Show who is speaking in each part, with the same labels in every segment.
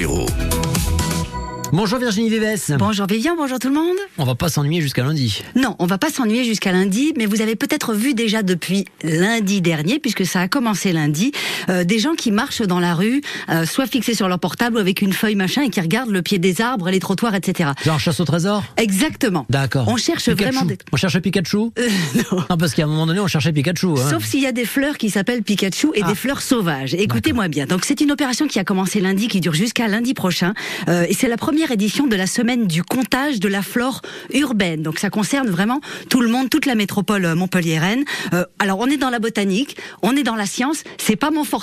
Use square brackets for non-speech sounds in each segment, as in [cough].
Speaker 1: Héros. Bonjour Virginie Vives.
Speaker 2: Bonjour Vivien, bonjour tout le monde.
Speaker 1: On va pas s'ennuyer jusqu'à lundi.
Speaker 2: Non, on va pas s'ennuyer jusqu'à lundi, mais vous avez peut-être vu déjà depuis lundi dernier, puisque ça a commencé lundi, euh, des gens qui marchent dans la rue, euh, soit fixés sur leur portable ou avec une feuille machin, et qui regardent le pied des arbres, les trottoirs, etc.
Speaker 1: Genre chasse au trésor
Speaker 2: Exactement.
Speaker 1: D'accord.
Speaker 2: On cherche
Speaker 1: Pikachu.
Speaker 2: vraiment des...
Speaker 1: On cherchait Pikachu
Speaker 2: Euh, [laughs] non.
Speaker 1: Non, parce qu'à un moment donné, on cherchait Pikachu. hein.
Speaker 2: Sauf s'il y a des fleurs qui s'appellent Pikachu et
Speaker 1: Ah.
Speaker 2: des fleurs sauvages. Écoutez-moi bien. Donc c'est une opération qui a commencé lundi, qui dure jusqu'à lundi prochain. Euh, et c'est la première édition de la semaine du comptage de la flore urbaine. Donc ça concerne vraiment tout le monde, toute la métropole euh, montpelliéraine. Euh, alors on est dans la botanique, on est dans la science. C'est pas mon forte,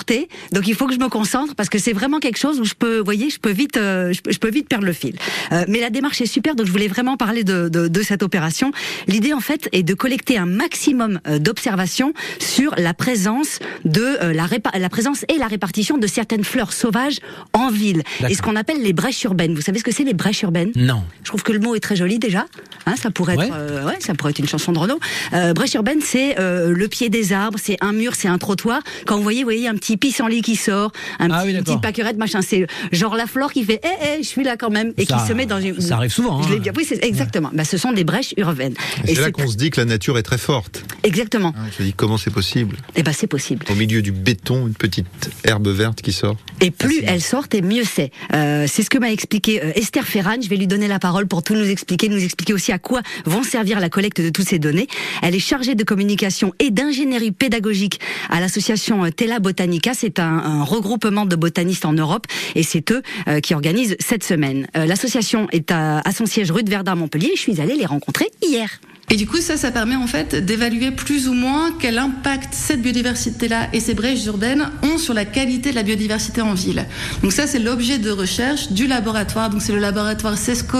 Speaker 2: donc il faut que je me concentre parce que c'est vraiment quelque chose où je peux, vous voyez, je peux vite, euh, je, peux- je peux vite perdre le fil. Euh, mais la démarche est super, donc je voulais vraiment parler de, de- de cette opération. L'idée en fait est de collecter un maximum euh, d'observations sur la présence de euh, la, répa- la présence et la répartition de certaines fleurs sauvages en ville et
Speaker 1: D'accord.
Speaker 2: ce qu'on appelle les brèches urbaines. Vous savez ce que c'est les brèches urbaines
Speaker 1: Non.
Speaker 2: je trouve que le mot est très joli déjà. Hein, ça pourrait être,
Speaker 1: Ouais.
Speaker 2: euh, ouais, ça pourrait être une chanson de Renaud. Euh, Brèche urbaine, c'est euh, le pied des arbres, c'est un mur, c'est un trottoir. Quand vous voyez, vous voyez un petit pissenlit qui sort, un
Speaker 1: Ah
Speaker 2: petit,
Speaker 1: oui,
Speaker 2: une
Speaker 1: d'accord.
Speaker 2: petite pâquerette, machin. C'est genre la flore qui fait, hé, hé, je suis là quand même, et
Speaker 1: Ça-
Speaker 2: qui se met dans une.
Speaker 1: ça arrive souvent,
Speaker 2: Je l'ai
Speaker 1: hein.
Speaker 2: bien- Oui, c'est exactement. Bah, ce sont des brèches urbaines. Et
Speaker 3: C'est là
Speaker 2: c'est-
Speaker 3: qu'on se dit que la nature est très forte.
Speaker 2: Exactement.
Speaker 3: Je me dis comment c'est possible
Speaker 2: Et ben, c'est possible.
Speaker 3: Au milieu du béton, une petite herbe verte qui sort.
Speaker 2: Et plus elles sortent, et mieux c'est. Euh, c'est ce que m'a expliqué euh, Esther Ferran. Je vais lui donner la parole pour tout nous expliquer, nous expliquer aussi à quoi vont servir la collecte de toutes ces données. Elle est chargée de communication et d'ingénierie pédagogique à l'association euh, Tela Botanica. C'est un, un regroupement de botanistes en Europe, et c'est eux euh, qui organisent cette semaine. Euh, l'association est à, à son siège rue de Verdun, à Montpellier. Je suis allée les rencontrer hier.
Speaker 4: Et du coup, ça, ça permet en fait d'évaluer plus ou moins quel impact cette biodiversité-là et ces brèches urbaines ont sur la qualité de la biodiversité en ville. Donc ça, c'est l'objet de recherche du laboratoire. Donc c'est le laboratoire CESCO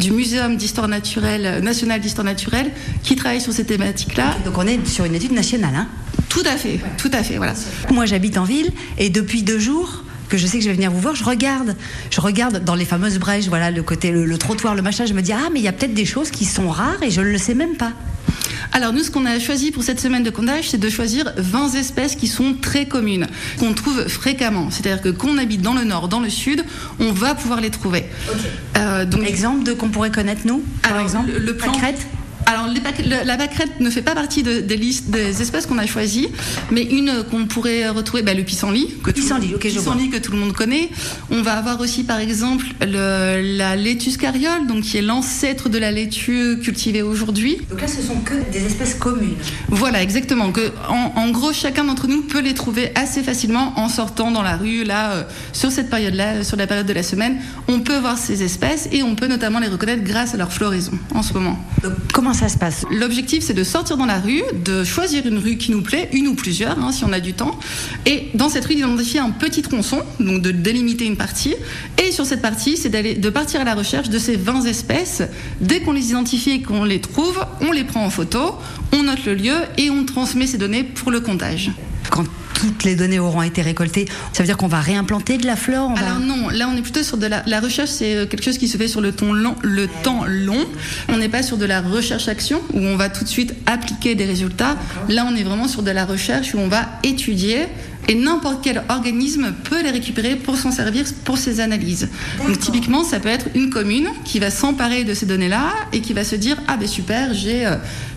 Speaker 4: du Muséum d'histoire naturelle, euh, national d'histoire naturelle, qui travaille sur ces thématiques-là.
Speaker 2: Donc on est sur une étude nationale. Hein
Speaker 4: Tout à fait, tout à fait, voilà.
Speaker 2: Moi, j'habite en ville et depuis deux jours que je sais que je vais venir vous voir, je regarde, je regarde dans les fameuses brèches, voilà, le côté, le, le trottoir, le machin. Je me dis ah, mais il y a peut-être des choses qui sont rares et je ne le sais même pas.
Speaker 4: Alors nous, ce qu'on a choisi pour cette semaine de comptage, c'est de choisir 20 espèces qui sont très communes, qu'on trouve fréquemment. C'est-à-dire que qu'on habite dans le nord, dans le sud, on va pouvoir les trouver. Euh, donc,
Speaker 2: Exemple de qu'on pourrait connaître nous, par
Speaker 4: Alors,
Speaker 2: exemple,
Speaker 4: le, le plan-
Speaker 2: pâquerette
Speaker 4: alors, les pâque- le- la pâquerette ne fait pas partie de- des listes des espèces qu'on a choisies, mais une euh, qu'on pourrait retrouver, bah, le pissenlit. Que tout le
Speaker 2: Pissenlit,
Speaker 4: monde-
Speaker 2: ok, je
Speaker 4: pissenlit que tout le monde connaît. On va avoir aussi, par exemple, le- la laitue scariole, donc qui est l'ancêtre de la laitue cultivée aujourd'hui.
Speaker 2: Donc là, ce sont que des espèces communes.
Speaker 4: Voilà, exactement. Que en, en gros, chacun d'entre nous peut les trouver assez facilement en sortant dans la rue, là, euh, sur cette période-là, euh, sur la période de la semaine. On peut voir ces espèces et on peut notamment les reconnaître grâce à leur floraison en ce moment.
Speaker 2: Donc comment ça se passe
Speaker 4: L'objectif, c'est de sortir dans la rue, de choisir une rue qui nous plaît, une ou plusieurs, hein, si on a du temps. Et dans cette rue, d'identifier un petit tronçon, donc de délimiter une partie. Et sur cette partie, c'est d'aller, de partir à la recherche de ces 20 espèces. Dès qu'on les identifie et qu'on les trouve, on les prend en photo, on note le lieu et on transmet ces données pour le comptage.
Speaker 2: Quand toutes les données auront été récoltées, ça veut dire qu'on va réimplanter de la fleur. On va-
Speaker 4: Alors non, là on est plutôt sur de la, la recherche, c'est euh, quelque chose qui se fait sur le, ton long, le temps long. On n'est pas sur de la recherche-action où on va tout de suite appliquer des résultats. Là on est vraiment sur de la recherche où on va étudier et n'importe quel organisme peut les récupérer pour s'en servir pour ses analyses. Donc typiquement ça peut être une commune qui va s'emparer de ces données-là et qui va se dire ah ben super j'ai... euh,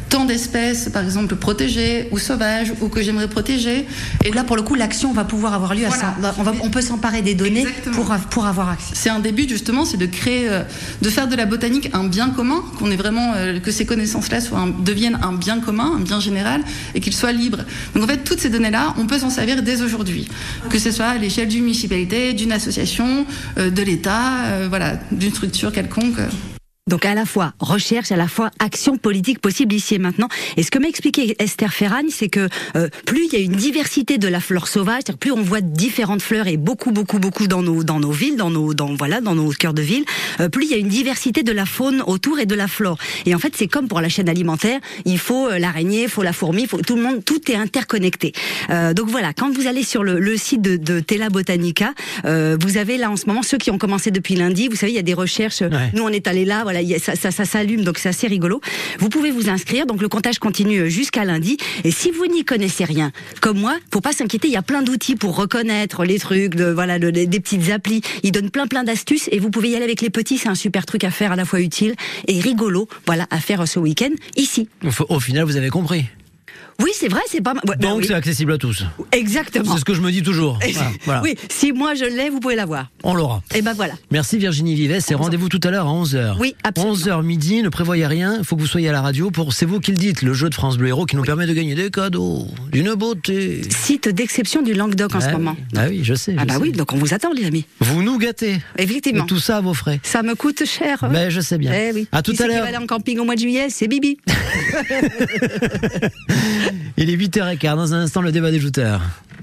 Speaker 4: tant d'espèces, par exemple, protégées ou sauvages, ou que j'aimerais protéger. Et
Speaker 2: Et là, pour le coup, l'action va pouvoir avoir lieu.
Speaker 4: Voilà.
Speaker 2: À ça. On, va- on peut s'emparer des données
Speaker 4: Exactement.
Speaker 2: pour, pour avoir accès.
Speaker 4: C'est un début justement, c'est de créer, euh, de faire de la botanique un bien commun, qu'on est vraiment, euh, que ces connaissances-là soient un- deviennent un bien commun, un bien général, et qu'ils soient libres. Donc en fait, toutes ces données-là, on peut s'en servir dès aujourd'hui, que ce soit à l'échelle d'une municipalité, d'une association, euh, de l'État, euh, voilà, d'une structure quelconque. euh.
Speaker 2: Donc à la fois recherche, à la fois action politique possible ici et maintenant. Et ce que m'a expliqué Esther Ferran, c'est que euh, plus il y a une diversité de la flore sauvage, c'est-à-dire plus on voit différentes fleurs et beaucoup, beaucoup, beaucoup dans nos dans nos villes, dans nos dans voilà dans nos cœurs de ville, euh, plus il y a une diversité de la faune autour et de la flore. Et en fait, c'est comme pour la chaîne alimentaire, il faut euh, l'araignée, il faut la fourmi, il faut tout le monde, tout est interconnecté. Euh, donc voilà, quand vous allez sur le, le site de, de Tela Botanica, euh, vous avez là en ce moment ceux qui ont commencé depuis lundi. Vous savez, il y a des recherches.
Speaker 1: Ouais.
Speaker 2: Nous, on est allé là, voilà, voilà, il y a- ça, ça, ça s'allume, donc c'est assez rigolo. Vous pouvez vous inscrire, donc le comptage continue jusqu'à lundi. Et si vous n'y connaissez rien, comme moi, faut pas s'inquiéter, il y a plein d'outils pour reconnaître les trucs, de, voilà, de- des- des petites applis. Ils donnent plein plein d'astuces et vous pouvez y aller avec les petits, c'est un super truc à faire à la fois utile et rigolo, voilà, à faire ce week-end ici.
Speaker 1: Faut- Au final, vous avez compris.
Speaker 2: Oui, c'est vrai, c'est pas mal. Ouais, bah
Speaker 1: Donc
Speaker 2: oui,
Speaker 1: c'est accessible à tous.
Speaker 2: exactement.
Speaker 1: C'est ce que je me dis toujours.
Speaker 2: [laughs]
Speaker 1: Voilà, voilà.
Speaker 2: Oui, si moi je l'ai, vous pouvez l'avoir.
Speaker 1: On l'aura.
Speaker 2: Et ben voilà.
Speaker 1: Merci Virginie Vives et rendez-vous tout à l'heure à 11h.
Speaker 2: Oui, absolument.
Speaker 1: 11h midi, ne prévoyez rien, il faut que vous soyez à la radio pour C'est vous qui le dites, le jeu de France Bleu Héros qui nous permet de gagner des cadeaux, d'une beauté.
Speaker 2: Site d'exception du Languedoc en ce
Speaker 1: Ah oui,
Speaker 2: moment.
Speaker 1: Ah oui, je sais.
Speaker 2: Ah
Speaker 1: je
Speaker 2: bah
Speaker 1: sais.
Speaker 2: oui, donc on vous attend les amis.
Speaker 1: Vous nous gâtez. Et
Speaker 2: Effectivement.
Speaker 1: tout ça à vos frais.
Speaker 2: Ça me coûte cher.
Speaker 1: Mais Ben, je sais bien.
Speaker 2: Eh oui.
Speaker 1: À tout à
Speaker 2: Qui c'est qui
Speaker 1: l'heure.
Speaker 2: va aller en camping au mois de juillet, c'est Bibi.
Speaker 1: Il est 8h15, dans un instant le débat des jouteurs.